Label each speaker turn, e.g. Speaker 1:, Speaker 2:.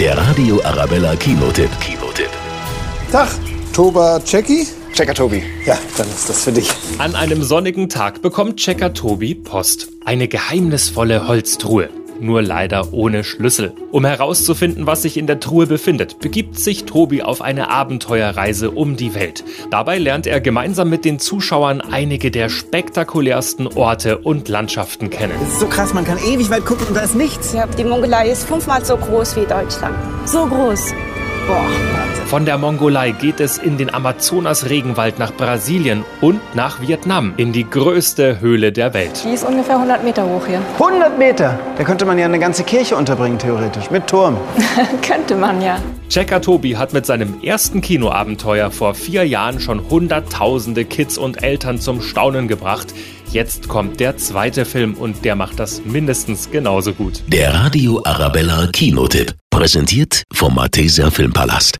Speaker 1: Der Radio Arabella Kinotipp. Kinotipp.
Speaker 2: Tag, Toba Czecki.
Speaker 3: Checker Tobi.
Speaker 2: Ja, dann ist das für dich.
Speaker 4: An einem sonnigen Tag bekommt Checker Tobi Post. Eine geheimnisvolle Holztruhe. Nur leider ohne Schlüssel. Um herauszufinden, was sich in der Truhe befindet, begibt sich Tobi auf eine Abenteuerreise um die Welt. Dabei lernt er gemeinsam mit den Zuschauern einige der spektakulärsten Orte und Landschaften kennen.
Speaker 5: Das ist so krass, man kann ewig weit gucken und da ist nichts.
Speaker 6: Ja, die Mongolei ist fünfmal so groß wie Deutschland.
Speaker 7: So groß.
Speaker 4: Von der Mongolei geht es in den Amazonas-Regenwald nach Brasilien und nach Vietnam, in die größte Höhle der Welt.
Speaker 8: Die ist ungefähr 100 Meter hoch hier.
Speaker 5: 100 Meter! Da könnte man ja eine ganze Kirche unterbringen, theoretisch. Mit Turm.
Speaker 8: Könnte man ja.
Speaker 4: Checker Tobi hat mit seinem ersten Kinoabenteuer vor vier Jahren schon hunderttausende Kids und Eltern zum Staunen gebracht. Jetzt kommt der zweite Film und der macht das mindestens genauso gut.
Speaker 1: Der Radio Arabella Kinotipp. Präsentiert vom Malteser Filmpalast.